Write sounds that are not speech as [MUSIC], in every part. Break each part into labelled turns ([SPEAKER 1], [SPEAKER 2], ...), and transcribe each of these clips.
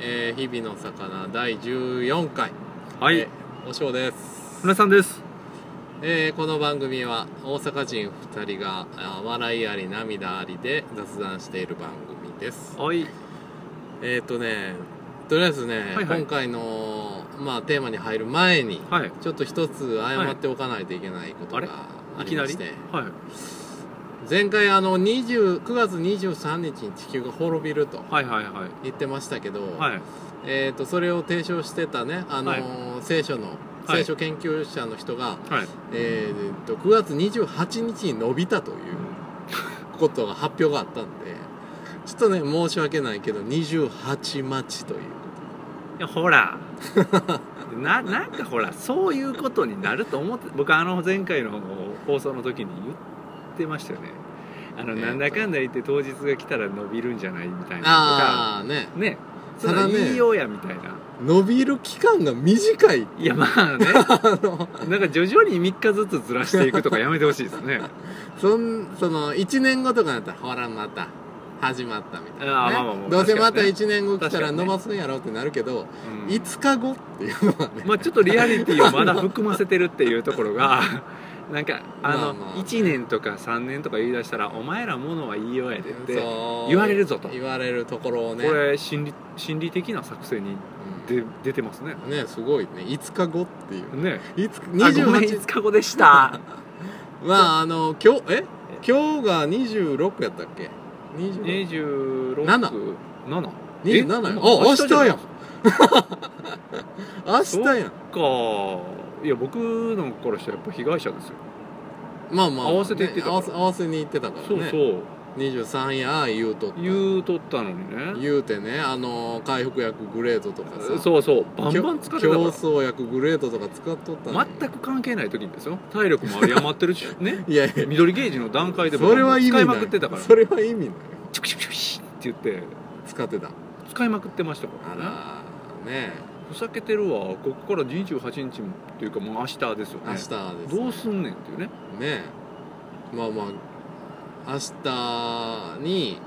[SPEAKER 1] えー日々の魚第14回
[SPEAKER 2] はい、
[SPEAKER 1] えーおしょうです、
[SPEAKER 2] 村井さんです
[SPEAKER 1] えーこの番組は大阪人2人があー笑いあり涙ありで雑談している番組です
[SPEAKER 2] はい
[SPEAKER 1] えっ、とねとりあえずね、
[SPEAKER 2] はいはい
[SPEAKER 1] 今回の、まあ、テーマに入る前に
[SPEAKER 2] はい
[SPEAKER 1] ちょっと一つ謝っておかないといけないこと
[SPEAKER 2] はい
[SPEAKER 1] があ
[SPEAKER 2] いき
[SPEAKER 1] り
[SPEAKER 2] な
[SPEAKER 1] ま
[SPEAKER 2] り
[SPEAKER 1] して、
[SPEAKER 2] はい
[SPEAKER 1] 前回あの20 9月23日に地球が滅びると
[SPEAKER 2] はいはいはい
[SPEAKER 1] 言ってましたけど、
[SPEAKER 2] はい
[SPEAKER 1] えー、とそれを提唱してたね、あのー聖書の
[SPEAKER 2] はい
[SPEAKER 1] 聖書研究者の人が、
[SPEAKER 2] はい
[SPEAKER 1] えーと9月28日に伸び
[SPEAKER 2] [LAUGHS]
[SPEAKER 1] たということが発表があったんでちょっとね申し訳ないけど28待ちという
[SPEAKER 2] いやほら [LAUGHS] ななんかほらそういうことになると思って僕あの前回の放送の時に言ってましたよねあの、
[SPEAKER 1] えーと
[SPEAKER 2] なんだかんだ言って当日が来たら伸びるんじゃないみたいな
[SPEAKER 1] ああね
[SPEAKER 2] とかねそ
[SPEAKER 1] ただ
[SPEAKER 2] の
[SPEAKER 1] ね
[SPEAKER 2] 言いようやみたいな、
[SPEAKER 1] 伸びる期間が短い
[SPEAKER 2] いやまあね
[SPEAKER 1] [LAUGHS] あの
[SPEAKER 2] なんか徐々に3日ずつずらしていくとかやめてほしいで
[SPEAKER 1] [LAUGHS]
[SPEAKER 2] すね
[SPEAKER 1] そんその1年後とかになったらほらまた始まったみたい
[SPEAKER 2] あーまあ
[SPEAKER 1] な、
[SPEAKER 2] まあ
[SPEAKER 1] ね
[SPEAKER 2] まあ
[SPEAKER 1] どうせま
[SPEAKER 2] 確
[SPEAKER 1] た
[SPEAKER 2] かにね
[SPEAKER 1] 1年後来た
[SPEAKER 2] 確
[SPEAKER 1] ら
[SPEAKER 2] かにね
[SPEAKER 1] 伸ばすんやろってなるけど、
[SPEAKER 2] うん
[SPEAKER 1] 5日後っていうのはね
[SPEAKER 2] [LAUGHS] まあ、ちょっとリアリティをまだ含ませてるっていうとこ
[SPEAKER 1] [LAUGHS]
[SPEAKER 2] ろがなんかあ
[SPEAKER 1] まあ
[SPEAKER 2] の
[SPEAKER 1] まあ
[SPEAKER 2] 1年とか3年とか言い出したら「お前らものは言いようやで」って
[SPEAKER 1] そう
[SPEAKER 2] 言われるぞとこ
[SPEAKER 1] 言われるところをね
[SPEAKER 2] れ心理心理的な作戦にで出てますね
[SPEAKER 1] うんねすごいね5日後っていう
[SPEAKER 2] ね
[SPEAKER 1] いつ
[SPEAKER 2] あごめん
[SPEAKER 1] 28
[SPEAKER 2] 5日後でした
[SPEAKER 1] [LAUGHS] まああの今日え今日が26やったっけ26
[SPEAKER 2] 26
[SPEAKER 1] 七
[SPEAKER 2] 七え
[SPEAKER 1] 27や
[SPEAKER 2] も
[SPEAKER 1] あ
[SPEAKER 2] う
[SPEAKER 1] 明日
[SPEAKER 2] じゃない
[SPEAKER 1] やん明日やん
[SPEAKER 2] かいや僕のからしたらやっぱ被害者ですよ
[SPEAKER 1] まあまあ
[SPEAKER 2] 合わせて行ってた
[SPEAKER 1] ね
[SPEAKER 2] から
[SPEAKER 1] 合わせ合わせに行ってたからね
[SPEAKER 2] そうそう
[SPEAKER 1] 23や言うとった
[SPEAKER 2] 言うとったのにね
[SPEAKER 1] 言うてねあの回復薬グレードとかさ
[SPEAKER 2] そうそうバンバン使ってたから
[SPEAKER 1] 競争薬グレードとか使っとったのに
[SPEAKER 2] 全く関係ない時にですよ体力も有り余ってるしね
[SPEAKER 1] いやいや
[SPEAKER 2] 緑ゲージの段階で
[SPEAKER 1] それは意味
[SPEAKER 2] 使
[SPEAKER 1] ない
[SPEAKER 2] いまくってたから
[SPEAKER 1] それは意味ない
[SPEAKER 2] チュクチュクチュクシュって言って
[SPEAKER 1] 使ってた
[SPEAKER 2] 使いまくってましたか
[SPEAKER 1] あ
[SPEAKER 2] らね
[SPEAKER 1] らね
[SPEAKER 2] ふざけてるわここから28日っていうかもう明日ですよね
[SPEAKER 1] 明日ですね
[SPEAKER 2] どうすんねんっていうね
[SPEAKER 1] ねまあまあ明日に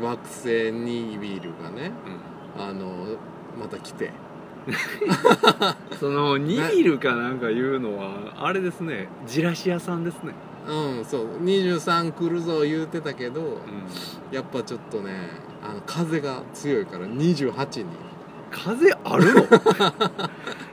[SPEAKER 1] 惑星ニービルがねあのまた来て
[SPEAKER 2] そのニールかなんか言うのはあれですねじらし屋さんですね、
[SPEAKER 1] うんそう23来るぞ言うてたけどやっぱちょっとねあの風が強いから28に
[SPEAKER 2] 風あるの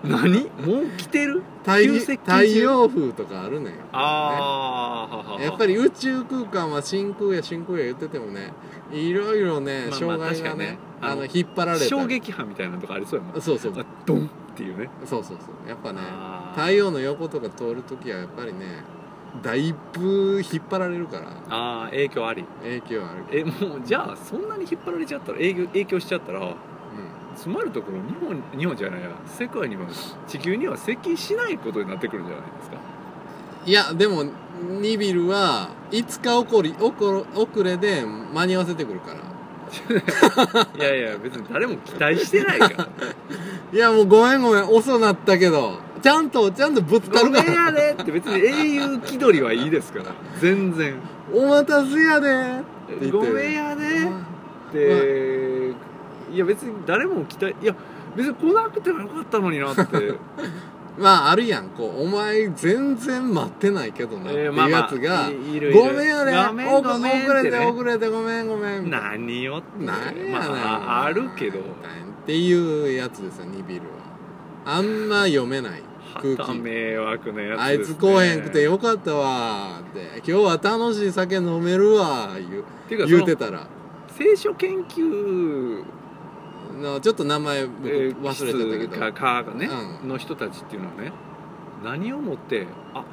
[SPEAKER 2] 何もう来てる
[SPEAKER 1] 太
[SPEAKER 2] 急接近中
[SPEAKER 1] 太陽風とかあるねん
[SPEAKER 2] ああ、ははは
[SPEAKER 1] やっぱり宇宙空間は真空や真空や言っててもねいろいろね、
[SPEAKER 2] まあまあ
[SPEAKER 1] 障害がね
[SPEAKER 2] 確かにね
[SPEAKER 1] あの
[SPEAKER 2] あの
[SPEAKER 1] 引っ張られたり
[SPEAKER 2] 衝撃波みたいなのとかありそうやもん
[SPEAKER 1] そうそう
[SPEAKER 2] あドンっていうね
[SPEAKER 1] そうそうそうやっぱね
[SPEAKER 2] あー
[SPEAKER 1] 太陽の横とか通るときはやっぱりねだいぶ引っ張られるから
[SPEAKER 2] あー影響あり
[SPEAKER 1] 影響ある
[SPEAKER 2] えもうじゃあそんなに引っ張られちゃったら影響影響しちゃったらつまるところ日本日本じゃないや世界には地球には接近しないことになってくるんじゃない
[SPEAKER 1] [LAUGHS]
[SPEAKER 2] ですか
[SPEAKER 1] うん、いやでもニビルは5日遅り遅遅れで間に合わせてくるから
[SPEAKER 2] いやいや別に誰も期待してない
[SPEAKER 1] [LAUGHS]
[SPEAKER 2] から
[SPEAKER 1] いやもうごめんごめん遅なったけどちゃんとちゃんとぶつか
[SPEAKER 2] ご
[SPEAKER 1] るか
[SPEAKER 2] めん
[SPEAKER 1] ら
[SPEAKER 2] やでって別に英雄気取りはいいですから全然
[SPEAKER 1] お待たせやでーって言ってる
[SPEAKER 2] ごめんやでっていや別に誰も期待いや別に来なくてもよかったのになって、
[SPEAKER 1] [LAUGHS] まああるやんこうお前全然待ってないけどなって
[SPEAKER 2] え
[SPEAKER 1] い
[SPEAKER 2] ーまあ
[SPEAKER 1] う
[SPEAKER 2] ま
[SPEAKER 1] や
[SPEAKER 2] あ
[SPEAKER 1] つが
[SPEAKER 2] いい
[SPEAKER 1] 「
[SPEAKER 2] るいる
[SPEAKER 1] ごめんやで
[SPEAKER 2] ごめんごめん
[SPEAKER 1] 遅れ
[SPEAKER 2] って
[SPEAKER 1] て
[SPEAKER 2] ね
[SPEAKER 1] 遅れてごめんごめん」
[SPEAKER 2] 何をって
[SPEAKER 1] なんやねん、
[SPEAKER 2] まあ、あるけど
[SPEAKER 1] っていうやつですよニビルはあんま読めない空
[SPEAKER 2] はた
[SPEAKER 1] 気
[SPEAKER 2] 迷惑なやつ
[SPEAKER 1] あい
[SPEAKER 2] です、ね、
[SPEAKER 1] つ来おへんくてよかったわーって今日は楽しい酒飲めるわー言う
[SPEAKER 2] っていうか
[SPEAKER 1] 言うて
[SPEAKER 2] そ
[SPEAKER 1] たら
[SPEAKER 2] の聖書研究
[SPEAKER 1] のちょっと名前僕
[SPEAKER 2] えー
[SPEAKER 1] 忘れてたけ
[SPEAKER 2] か
[SPEAKER 1] ど
[SPEAKER 2] かがね、
[SPEAKER 1] う
[SPEAKER 2] の人たちっていうのはね何をもってあ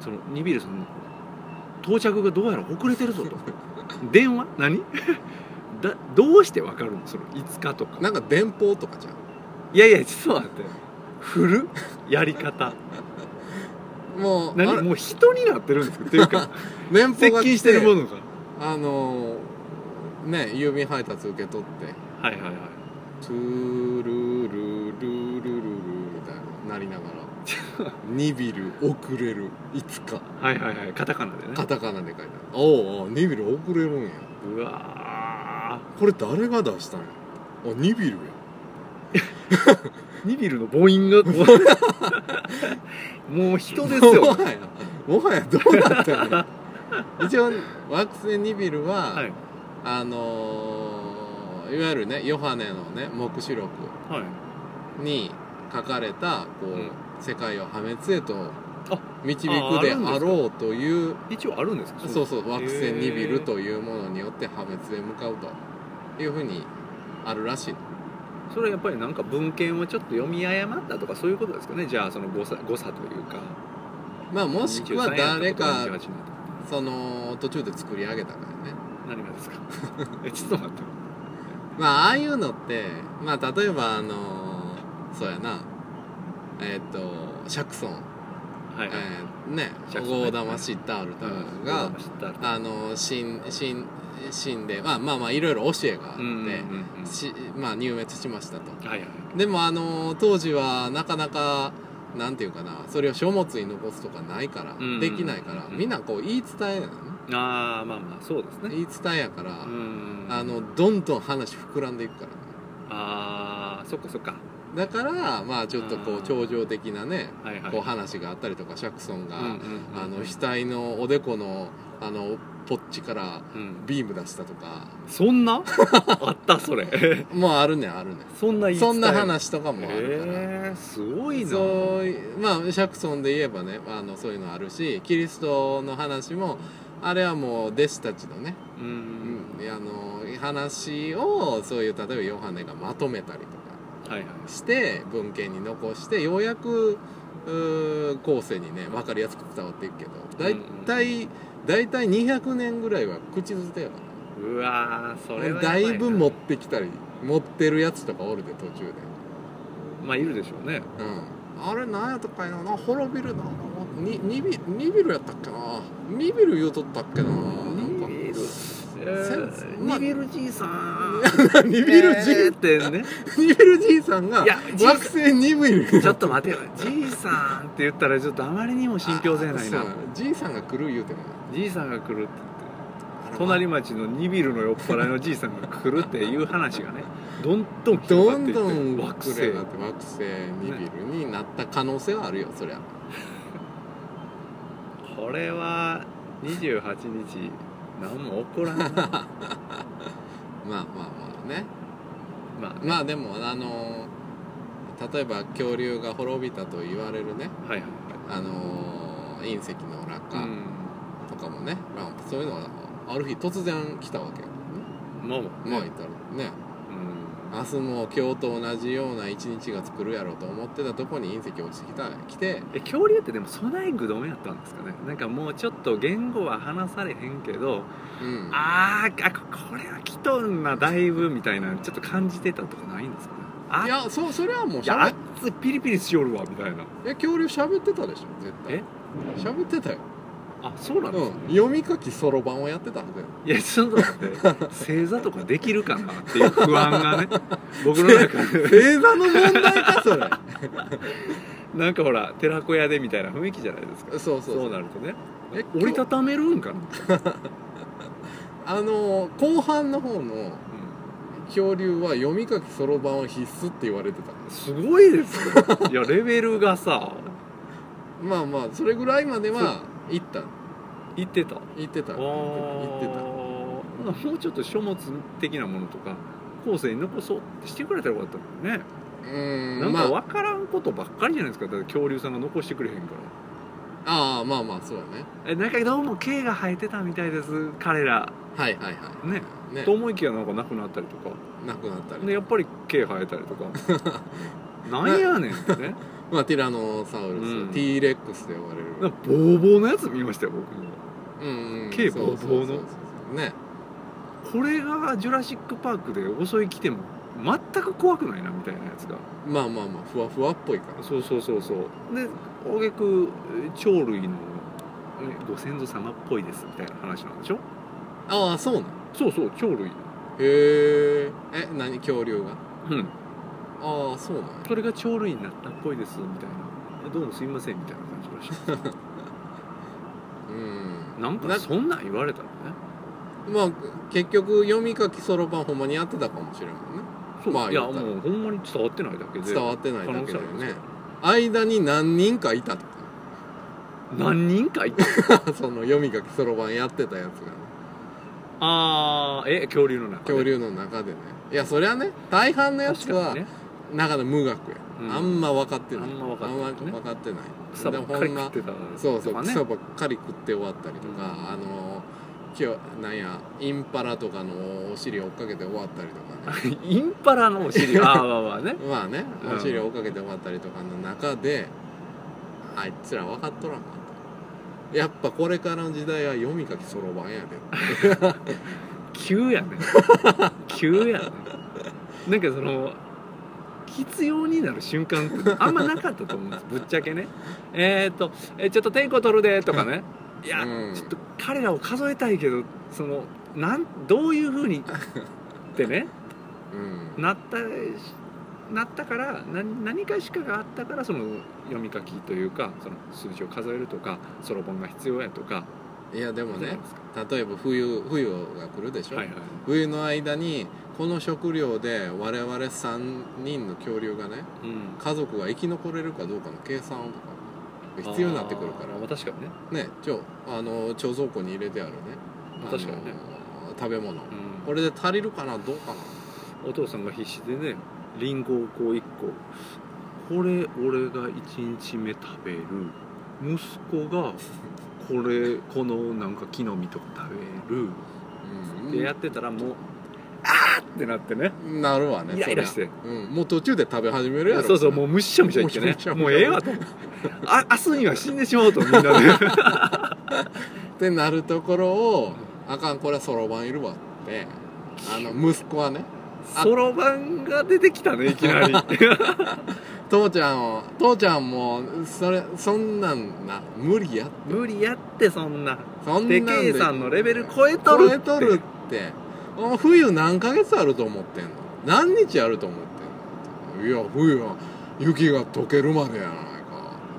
[SPEAKER 2] そのニビルさんの到着がどうやら遅れてるぞ
[SPEAKER 1] [LAUGHS]
[SPEAKER 2] と電話何 [LAUGHS] だどうして分かるのその5日とか
[SPEAKER 1] なんか電報とかじゃん
[SPEAKER 2] いやいやちょっと待って振るやり方
[SPEAKER 1] もうあ
[SPEAKER 2] 何
[SPEAKER 1] れ
[SPEAKER 2] もう人になってるんですかってい
[SPEAKER 1] [LAUGHS]
[SPEAKER 2] うか
[SPEAKER 1] 電
[SPEAKER 2] 接
[SPEAKER 1] 報が来
[SPEAKER 2] 近してるものが
[SPEAKER 1] あのーね郵便配達受け取って
[SPEAKER 2] はいはいはい
[SPEAKER 1] トゥルルルルルルみたいななりながら「ニビル遅れるいつか」
[SPEAKER 2] はいはいはいカタカナでね
[SPEAKER 1] カタカナで書いてあるおうおうニビル遅れるんや
[SPEAKER 2] うわ
[SPEAKER 1] これ誰が出したんやあニビルや
[SPEAKER 2] ニビルの母音がこうもう人ですよ
[SPEAKER 1] もはやもはやどうなったの一応惑星ニビルは、
[SPEAKER 2] はい
[SPEAKER 1] あのーいわゆるねヨハネのね黙示録
[SPEAKER 2] はい
[SPEAKER 1] に書かれたこう、
[SPEAKER 2] うん
[SPEAKER 1] 世界を破滅へと
[SPEAKER 2] あ
[SPEAKER 1] 導
[SPEAKER 2] あ
[SPEAKER 1] く
[SPEAKER 2] あ
[SPEAKER 1] で
[SPEAKER 2] るんですか
[SPEAKER 1] あろうという
[SPEAKER 2] 一応あるんですか
[SPEAKER 1] そうそう惑星ニビル
[SPEAKER 2] へ
[SPEAKER 1] というものによって破滅へ向かうというふうにあるらしい
[SPEAKER 2] ーそれはやっぱりなんか文献をちょっと読み誤ったとかそういうことですかねじゃあその誤差誤差というか
[SPEAKER 1] まあもしくは
[SPEAKER 2] 23やった
[SPEAKER 1] 誰
[SPEAKER 2] こと
[SPEAKER 1] か
[SPEAKER 2] が28になった
[SPEAKER 1] その途中で作り上げたからね
[SPEAKER 2] 何がですか [LAUGHS] えちょっと待って
[SPEAKER 1] まあああいうのってまあ例えばあのそうやなえっ、とシャクソン、
[SPEAKER 2] はい
[SPEAKER 1] え
[SPEAKER 2] はい
[SPEAKER 1] ーね
[SPEAKER 2] シャクソン
[SPEAKER 1] ゴーダマシッタールとかが、
[SPEAKER 2] うん知った
[SPEAKER 1] あの死ん死ん死んで、まあ、まあまあいろいろ教えがあって、
[SPEAKER 2] うんうんうんうん
[SPEAKER 1] しまあ、入滅しましたと
[SPEAKER 2] はいはい
[SPEAKER 1] でもあの当時はなかなかなんていうかなそれを書物に残すとかないから、
[SPEAKER 2] んうん
[SPEAKER 1] できないから、みんなこう言い伝えなのね
[SPEAKER 2] ああまあまあそうですね
[SPEAKER 1] 言い伝えやから、
[SPEAKER 2] うん
[SPEAKER 1] あのどんどん話膨らんでいくからね
[SPEAKER 2] ああそっかそっか
[SPEAKER 1] だからまあちょっとこ
[SPEAKER 2] あ
[SPEAKER 1] う
[SPEAKER 2] ー
[SPEAKER 1] 頂上的なね
[SPEAKER 2] はいはい
[SPEAKER 1] こう話があったりとかシャクソンが、
[SPEAKER 2] うんうんうん
[SPEAKER 1] あの額のおでこのあのポッチから
[SPEAKER 2] うん
[SPEAKER 1] ビーム出したとか
[SPEAKER 2] そんな [LAUGHS] あったそれ
[SPEAKER 1] もうあるねんあるねん
[SPEAKER 2] [LAUGHS] そんな言い伝え
[SPEAKER 1] そんな話とかもあるから、
[SPEAKER 2] えー、すごいな
[SPEAKER 1] そういまあシャクソンで言えばねあのそういうのあるしキリストの話もあれはもう弟子たちのね、
[SPEAKER 2] う
[SPEAKER 1] うんん、あの話をそういう例えばヨハネがまとめたりとか
[SPEAKER 2] はいはい
[SPEAKER 1] して文献に残してようやくうー後世にね分かりやすく伝わっていくけど大体大体200年ぐらいは口づてやから。
[SPEAKER 2] うわーそれはやば
[SPEAKER 1] だ
[SPEAKER 2] いない
[SPEAKER 1] ぶ持ってきたり持ってるやつとかおるで途中で、
[SPEAKER 2] まあいるでしょうね
[SPEAKER 1] うん、あれなんやったかいなな滅びるなにニビニビルやったっけなニビル言うとったっけななんか
[SPEAKER 2] ニビル、え
[SPEAKER 1] センス
[SPEAKER 2] ー、
[SPEAKER 1] まあ
[SPEAKER 2] ニビルじいさ [LAUGHS] ん
[SPEAKER 1] ニビルじい、
[SPEAKER 2] えーってね
[SPEAKER 1] ニビルじいさんが
[SPEAKER 2] い [LAUGHS] やじいさん
[SPEAKER 1] 惑星ニビル
[SPEAKER 2] ちょっと待てよじいさんって言ったらちょっとあまりにも信憑性ない
[SPEAKER 1] あそう
[SPEAKER 2] な
[SPEAKER 1] のじいさんが来る言うても
[SPEAKER 2] じいさんが来るって
[SPEAKER 1] あれ
[SPEAKER 2] 隣町のニビルの酔っ払いのじいさんが来るっていう話がねどんどん広が
[SPEAKER 1] どん
[SPEAKER 2] っていって
[SPEAKER 1] どん
[SPEAKER 2] 惑
[SPEAKER 1] 惑
[SPEAKER 2] 星
[SPEAKER 1] 星なって惑星ニビルになった可能性はあるよそりゃ
[SPEAKER 2] これは28日何も起こらんな
[SPEAKER 1] まあまあまあね
[SPEAKER 2] まあね
[SPEAKER 1] まあでもあの例えば恐竜が滅びたと言われるね
[SPEAKER 2] はいはい
[SPEAKER 1] あの隕石の落
[SPEAKER 2] う
[SPEAKER 1] 下
[SPEAKER 2] ん
[SPEAKER 1] とかもね、まあ、そういうのはある日突然来たわけやから
[SPEAKER 2] まあ
[SPEAKER 1] ねまあ言
[SPEAKER 2] ね
[SPEAKER 1] ったらね
[SPEAKER 2] うん
[SPEAKER 1] 明日も今日と同じような一日が作るやろうと思ってたとこに隕石落ちてきた来て
[SPEAKER 2] え恐竜ってでも備え具どんやったんですかねなんかもうちょっと言語は話されへんけど
[SPEAKER 1] うん
[SPEAKER 2] あーあここれは来とんなだいぶみたいなちょっと感じてたとかないんですかねあ
[SPEAKER 1] いやそうそれはもう
[SPEAKER 2] い
[SPEAKER 1] し
[SPEAKER 2] やあ
[SPEAKER 1] ゃ
[SPEAKER 2] っつピリピリしよるわみたいな
[SPEAKER 1] べえ恐竜喋ってたでしょ絶対
[SPEAKER 2] え
[SPEAKER 1] 喋ってたよ、
[SPEAKER 2] あそうなん
[SPEAKER 1] う
[SPEAKER 2] ですね、
[SPEAKER 1] ん、読み書きそろばんをやってたはずや
[SPEAKER 2] いやちょっと待って星座とかできるかなっていう不安が [LAUGHS] ね僕の中で
[SPEAKER 1] 星座の問題かそれ
[SPEAKER 2] なんかほら寺子屋でみたいな雰囲気じゃないですか
[SPEAKER 1] [LAUGHS] そうそ
[SPEAKER 2] そ
[SPEAKER 1] う
[SPEAKER 2] う
[SPEAKER 1] そう
[SPEAKER 2] なるとね
[SPEAKER 1] え
[SPEAKER 2] 折りたためるんかな、
[SPEAKER 1] あの後半の方の
[SPEAKER 2] う
[SPEAKER 1] 恐竜は読み書きそろばんは必須って言われてた
[SPEAKER 2] ん、すごいですよいやレベルがさ
[SPEAKER 1] まあまあそれぐらいまでは行った
[SPEAKER 2] 言ってたあ
[SPEAKER 1] 行ってた
[SPEAKER 2] あ
[SPEAKER 1] 行ってた
[SPEAKER 2] もうちょっと書物的なものとか後世に残そうってしてくれたらよかったのにね、
[SPEAKER 1] うー
[SPEAKER 2] なんん
[SPEAKER 1] ま
[SPEAKER 2] か
[SPEAKER 1] あ
[SPEAKER 2] 分からんことばっかりじゃないですかだって恐竜さんが残してくれへんから
[SPEAKER 1] ああまあまあそうだね
[SPEAKER 2] えなんかどうも毛が生えてたみたいです彼ら
[SPEAKER 1] はいはいは
[SPEAKER 2] ね
[SPEAKER 1] いね
[SPEAKER 2] と思いきやなんかなくなったりとか
[SPEAKER 1] なくなったり
[SPEAKER 2] でやっぱり毛生えたりとか [LAUGHS] なんやねんってね
[SPEAKER 1] まあティラノサウルス、
[SPEAKER 2] うん
[SPEAKER 1] T レックスと呼ばれる
[SPEAKER 2] なんかボーボーのやつ見ましたよ僕も
[SPEAKER 1] うんうん
[SPEAKER 2] 軽
[SPEAKER 1] そうそうそう
[SPEAKER 2] ボーボーの
[SPEAKER 1] そうね
[SPEAKER 2] これがジュラシック・パークで襲い来ても全く怖くないなみたいなやつが
[SPEAKER 1] まあまあまあふわふわっぽいから
[SPEAKER 2] そうそうそうそうで大げく鳥類のえご先祖様っぽいですみたいな話なんでしょ
[SPEAKER 1] ああそうなの
[SPEAKER 2] そうそう鳥類
[SPEAKER 1] へええ何恐竜が
[SPEAKER 2] うん
[SPEAKER 1] ああそうなの
[SPEAKER 2] それが鳥類になったっぽいですみたいなえどうもすいませんみたいな感じらしい
[SPEAKER 1] うん
[SPEAKER 2] なんかそんなん言われたらね
[SPEAKER 1] まあ結局読み書きそろばんほんまにやってたかもしれんもんね
[SPEAKER 2] そうそう、
[SPEAKER 1] まあ
[SPEAKER 2] いや
[SPEAKER 1] 言ったら
[SPEAKER 2] もうほんまに伝わってないだけで
[SPEAKER 1] 伝わってないだけだよ
[SPEAKER 2] 可能性あり
[SPEAKER 1] ね間に何人かいたと
[SPEAKER 2] 何人かいた
[SPEAKER 1] か [LAUGHS] その読み書きそろばんやってたやつがね
[SPEAKER 2] あーえ恐竜の中で
[SPEAKER 1] 恐竜の中でねいやそりゃね大半のやつ
[SPEAKER 2] 確か
[SPEAKER 1] は
[SPEAKER 2] にね
[SPEAKER 1] 中の無学や、
[SPEAKER 2] うん
[SPEAKER 1] あんま分かってない
[SPEAKER 2] あんま分かってな
[SPEAKER 1] あん
[SPEAKER 2] いね
[SPEAKER 1] ま分かってない
[SPEAKER 2] 草ばっかり食ってたからね
[SPEAKER 1] そうそう、
[SPEAKER 2] とかね
[SPEAKER 1] 草ばっかり食って終わったりとか、
[SPEAKER 2] うん
[SPEAKER 1] あの今日なんやインパラとかのお尻追っかけて終わったりとかね
[SPEAKER 2] [LAUGHS] インパラの
[SPEAKER 1] [LAUGHS]
[SPEAKER 2] お尻あーまあまあね
[SPEAKER 1] まあね
[SPEAKER 2] うん
[SPEAKER 1] お尻追っかけて終わったりとかの中で、あいつら分かっとらんかとやっぱこれからの時代は読み書きそろばんやで
[SPEAKER 2] 急やね
[SPEAKER 1] [LAUGHS]
[SPEAKER 2] 急やねなんかその必要になる瞬間ってあんまなかったと思うんですぶっちゃけねえっ、と、えーちょっと天候取るで」とかねいや、
[SPEAKER 1] うん
[SPEAKER 2] ちょっと彼らを数えたいけどそのなんどういうふうにってね
[SPEAKER 1] うん
[SPEAKER 2] なったなったから何何かしかがあったからその読み書きというかその数字を数えるとかそろばんが必要やとか
[SPEAKER 1] いやでも
[SPEAKER 2] じゃない
[SPEAKER 1] ね
[SPEAKER 2] ですか
[SPEAKER 1] 例えば冬冬が来るでしょ、
[SPEAKER 2] はいはい
[SPEAKER 1] 冬の間にこの食料で我々3人の恐竜がね
[SPEAKER 2] うん
[SPEAKER 1] 家族が生き残れるかどうかの計算とか必要になってくるか
[SPEAKER 2] あーまあ
[SPEAKER 1] ら
[SPEAKER 2] 確かにね
[SPEAKER 1] ねちょあの貯蔵庫に入れてあるね
[SPEAKER 2] まあ確かにね
[SPEAKER 1] あの食べ物、
[SPEAKER 2] うん
[SPEAKER 1] これで足りるかなどうかな
[SPEAKER 2] お父さんが必死でねリンゴをこう1個これ俺が1日目食べる息子がこれこのなんか木の実とか食べる
[SPEAKER 1] うん
[SPEAKER 2] でやってたらもうあーってなってね
[SPEAKER 1] なるわね
[SPEAKER 2] イライラして
[SPEAKER 1] そりゃうん、もう途中で食べ始めるやろ
[SPEAKER 2] そうそうもうむっしゃむしゃいって
[SPEAKER 1] む
[SPEAKER 2] ね
[SPEAKER 1] っしゃむしゃ
[SPEAKER 2] もうええわとあ明日には死んでしまおうとみん [LAUGHS] なで
[SPEAKER 1] ってなるところをあかんこれはそろばんいるわってあの息子はね
[SPEAKER 2] そろばんが出てきたねいきなり
[SPEAKER 1] 父ちゃんを父ちゃんもそれそんなんな無理や
[SPEAKER 2] [LAUGHS] 無理やってそんな
[SPEAKER 1] そんな
[SPEAKER 2] で
[SPEAKER 1] ん
[SPEAKER 2] けいさんのレベル超えとる
[SPEAKER 1] 超えとるってお冬何ヶ月あると思ってんの何日あると思ってんのいや冬は雪が溶けるまでやないか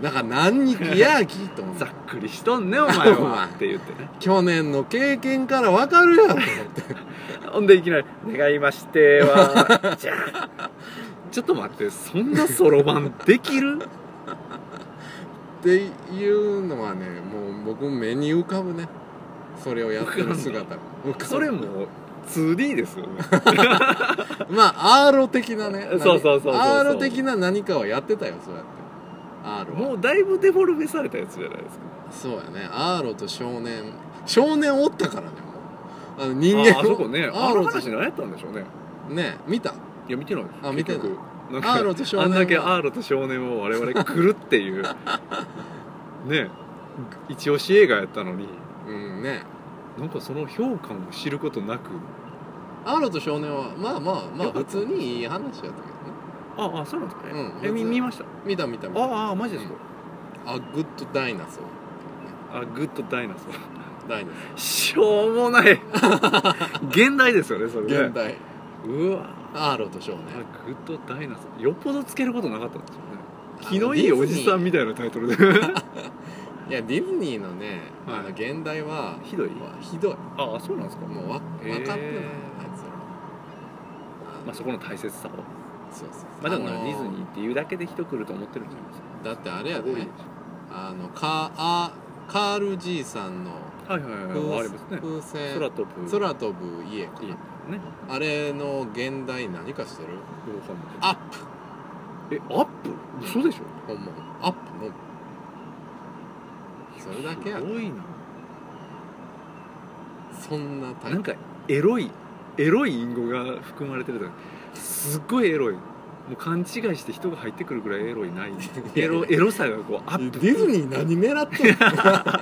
[SPEAKER 1] だから何日やきと思っ
[SPEAKER 2] ざ
[SPEAKER 1] て
[SPEAKER 2] っくりしと [LAUGHS] んねお前
[SPEAKER 1] お前
[SPEAKER 2] はって言ってね
[SPEAKER 1] 去年の経験から分かるやろと思って
[SPEAKER 2] ほんでいきなり「願いまして [LAUGHS] は」じゃあちょっと待ってそんなそろばんでき [LAUGHS] る
[SPEAKER 1] っていうのはねもう僕目に浮かぶねそれをやってる姿が浮かぶ
[SPEAKER 2] それも 2D ですよね
[SPEAKER 1] まあ R 的なね何
[SPEAKER 2] [LAUGHS] そうそうそうそう
[SPEAKER 1] R 的な何かはやってたよそうやって R は
[SPEAKER 2] もうだいぶデフォルメされたやつじゃないですか
[SPEAKER 1] そうやねアーロと少年少年おったからねもうあの人
[SPEAKER 2] あ
[SPEAKER 1] 間
[SPEAKER 2] あそこね
[SPEAKER 1] アー
[SPEAKER 2] あの
[SPEAKER 1] ロと
[SPEAKER 2] 話何やったんでしょうね
[SPEAKER 1] ね見た
[SPEAKER 2] いや見てないです
[SPEAKER 1] あ見てない
[SPEAKER 2] 結局なん
[SPEAKER 1] アーロと少年は
[SPEAKER 2] あんだけアーロと少年を我々狂って
[SPEAKER 1] [LAUGHS]
[SPEAKER 2] いうね一押し映画やったのに
[SPEAKER 1] うんね
[SPEAKER 2] なんかその評価も知ることなく
[SPEAKER 1] アーロと少年はまあまあまあ
[SPEAKER 2] よ
[SPEAKER 1] 普
[SPEAKER 2] かった
[SPEAKER 1] 通にいい話やったけどね
[SPEAKER 2] ああそうなんですかね、
[SPEAKER 1] うん
[SPEAKER 2] えみ見ました
[SPEAKER 1] 見た見た見た
[SPEAKER 2] ああマジですか、
[SPEAKER 1] あグッドダイナソー
[SPEAKER 2] あグッドダイナソー
[SPEAKER 1] ダイナ
[SPEAKER 2] しょうもない
[SPEAKER 1] [LAUGHS]
[SPEAKER 2] 現代ですよねそれ
[SPEAKER 1] ソ
[SPEAKER 2] ね
[SPEAKER 1] ー現代
[SPEAKER 2] うわ
[SPEAKER 1] アーロと少
[SPEAKER 2] あ
[SPEAKER 1] 年
[SPEAKER 2] グッドダイナソーよっぽどつけることなかったんですよね
[SPEAKER 1] あ
[SPEAKER 2] 気のいいおじさんみたいなタイトルで
[SPEAKER 1] いやディズニーのね、
[SPEAKER 2] はい
[SPEAKER 1] あの現代は
[SPEAKER 2] [LAUGHS] ひどい
[SPEAKER 1] はひどい
[SPEAKER 2] ああそうなんですか、
[SPEAKER 1] もうわ
[SPEAKER 2] へー
[SPEAKER 1] 分かってないあいつらあ
[SPEAKER 2] まあ、そこの大切さを
[SPEAKER 1] そうそうそう
[SPEAKER 2] まあでもね、
[SPEAKER 1] の
[SPEAKER 2] ディズニーっていうだけで人来ると思ってるんじゃないですか
[SPEAKER 1] だってあれや
[SPEAKER 2] すごい
[SPEAKER 1] であのカーあカール爺さんの
[SPEAKER 2] はいはいはいはいありますね
[SPEAKER 1] 風船
[SPEAKER 2] 空飛ぶ
[SPEAKER 1] 空飛ぶ家か
[SPEAKER 2] いいね
[SPEAKER 1] あれの現代何かしてるアップ
[SPEAKER 2] えアップ嘘でしょ
[SPEAKER 1] ほんまアップのそれだけや
[SPEAKER 2] すごいな
[SPEAKER 1] そんな大
[SPEAKER 2] なんかエロいエロい隠語が含まれてるとかすっごいエロいもう勘違いして人が入ってくるぐらいエロいないエロエロさがこうア
[SPEAKER 1] デ
[SPEAKER 2] ップ
[SPEAKER 1] ィズニー何狙ってん
[SPEAKER 2] [LAUGHS]
[SPEAKER 1] の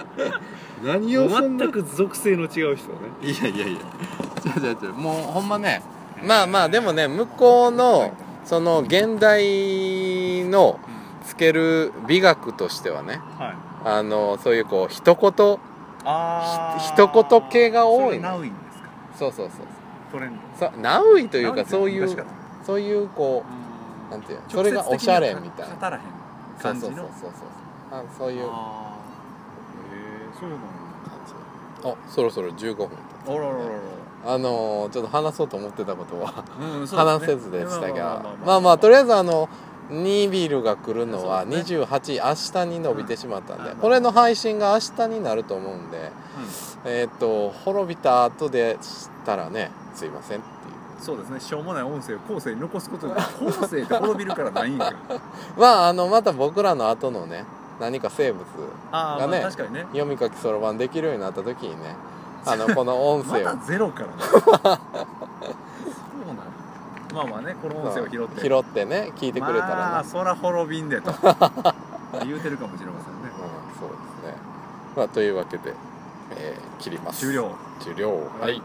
[SPEAKER 1] 何をそんな
[SPEAKER 2] 全く属性の違う人ね
[SPEAKER 1] いやいやいやじゃじゃじゃもうほんまねまあまあでもね向こうのその現代のつける美学としてはね
[SPEAKER 2] はい
[SPEAKER 1] あのそういうこう一言
[SPEAKER 2] あ
[SPEAKER 1] ひ一言系が多いね
[SPEAKER 2] ねナウイんですか
[SPEAKER 1] そうそうそう
[SPEAKER 2] トレン
[SPEAKER 1] そうナウイと
[SPEAKER 2] ド
[SPEAKER 1] いうかそうい
[SPEAKER 2] ナウイっ
[SPEAKER 1] う
[SPEAKER 2] て昔から
[SPEAKER 1] そういうこうなんていうのそれがおしゃれみたいな
[SPEAKER 2] 語らへん感じ
[SPEAKER 1] そう
[SPEAKER 2] の
[SPEAKER 1] そうそうそうあそういう
[SPEAKER 2] あーへえそうなんだ
[SPEAKER 1] 感じおそろそろ15分
[SPEAKER 2] あらららら
[SPEAKER 1] あのちょっと話そうと思ってたことは
[SPEAKER 2] うんそう
[SPEAKER 1] 話
[SPEAKER 2] ね
[SPEAKER 1] せずでしたがま
[SPEAKER 2] ま
[SPEAKER 1] あ
[SPEAKER 2] あ
[SPEAKER 1] ま
[SPEAKER 2] ま
[SPEAKER 1] あ
[SPEAKER 2] あ
[SPEAKER 1] とりあえずあのニービルが来るのは
[SPEAKER 2] そうです
[SPEAKER 1] 28明日に伸びてしまったんで
[SPEAKER 2] うん
[SPEAKER 1] これの配信が明日になると思うんでえーっと滅びた後でしたらねすいませんっていう
[SPEAKER 2] そうですねしょうもない音声を後世に残すことで後世って滅びるからない
[SPEAKER 1] [LAUGHS]
[SPEAKER 2] んか
[SPEAKER 1] まああのまた僕らの後のね何か生物
[SPEAKER 2] あ
[SPEAKER 1] が
[SPEAKER 2] あ、
[SPEAKER 1] ね
[SPEAKER 2] まあ確かにね
[SPEAKER 1] 読み書きそろばんできるようになった時に
[SPEAKER 2] [LAUGHS]
[SPEAKER 1] ねあのこの音
[SPEAKER 2] ま
[SPEAKER 1] 声を
[SPEAKER 2] だゼロからねそうなのまあまあねこの音声を拾って
[SPEAKER 1] 拾ってね聞いてくれた
[SPEAKER 2] ま
[SPEAKER 1] ら
[SPEAKER 2] あ
[SPEAKER 1] ね、
[SPEAKER 2] そら滅びんでと言うてるかもしれません
[SPEAKER 1] う
[SPEAKER 2] ね
[SPEAKER 1] ん、そうですねまあというわけで、えー切ります
[SPEAKER 2] 終了
[SPEAKER 1] 終了はい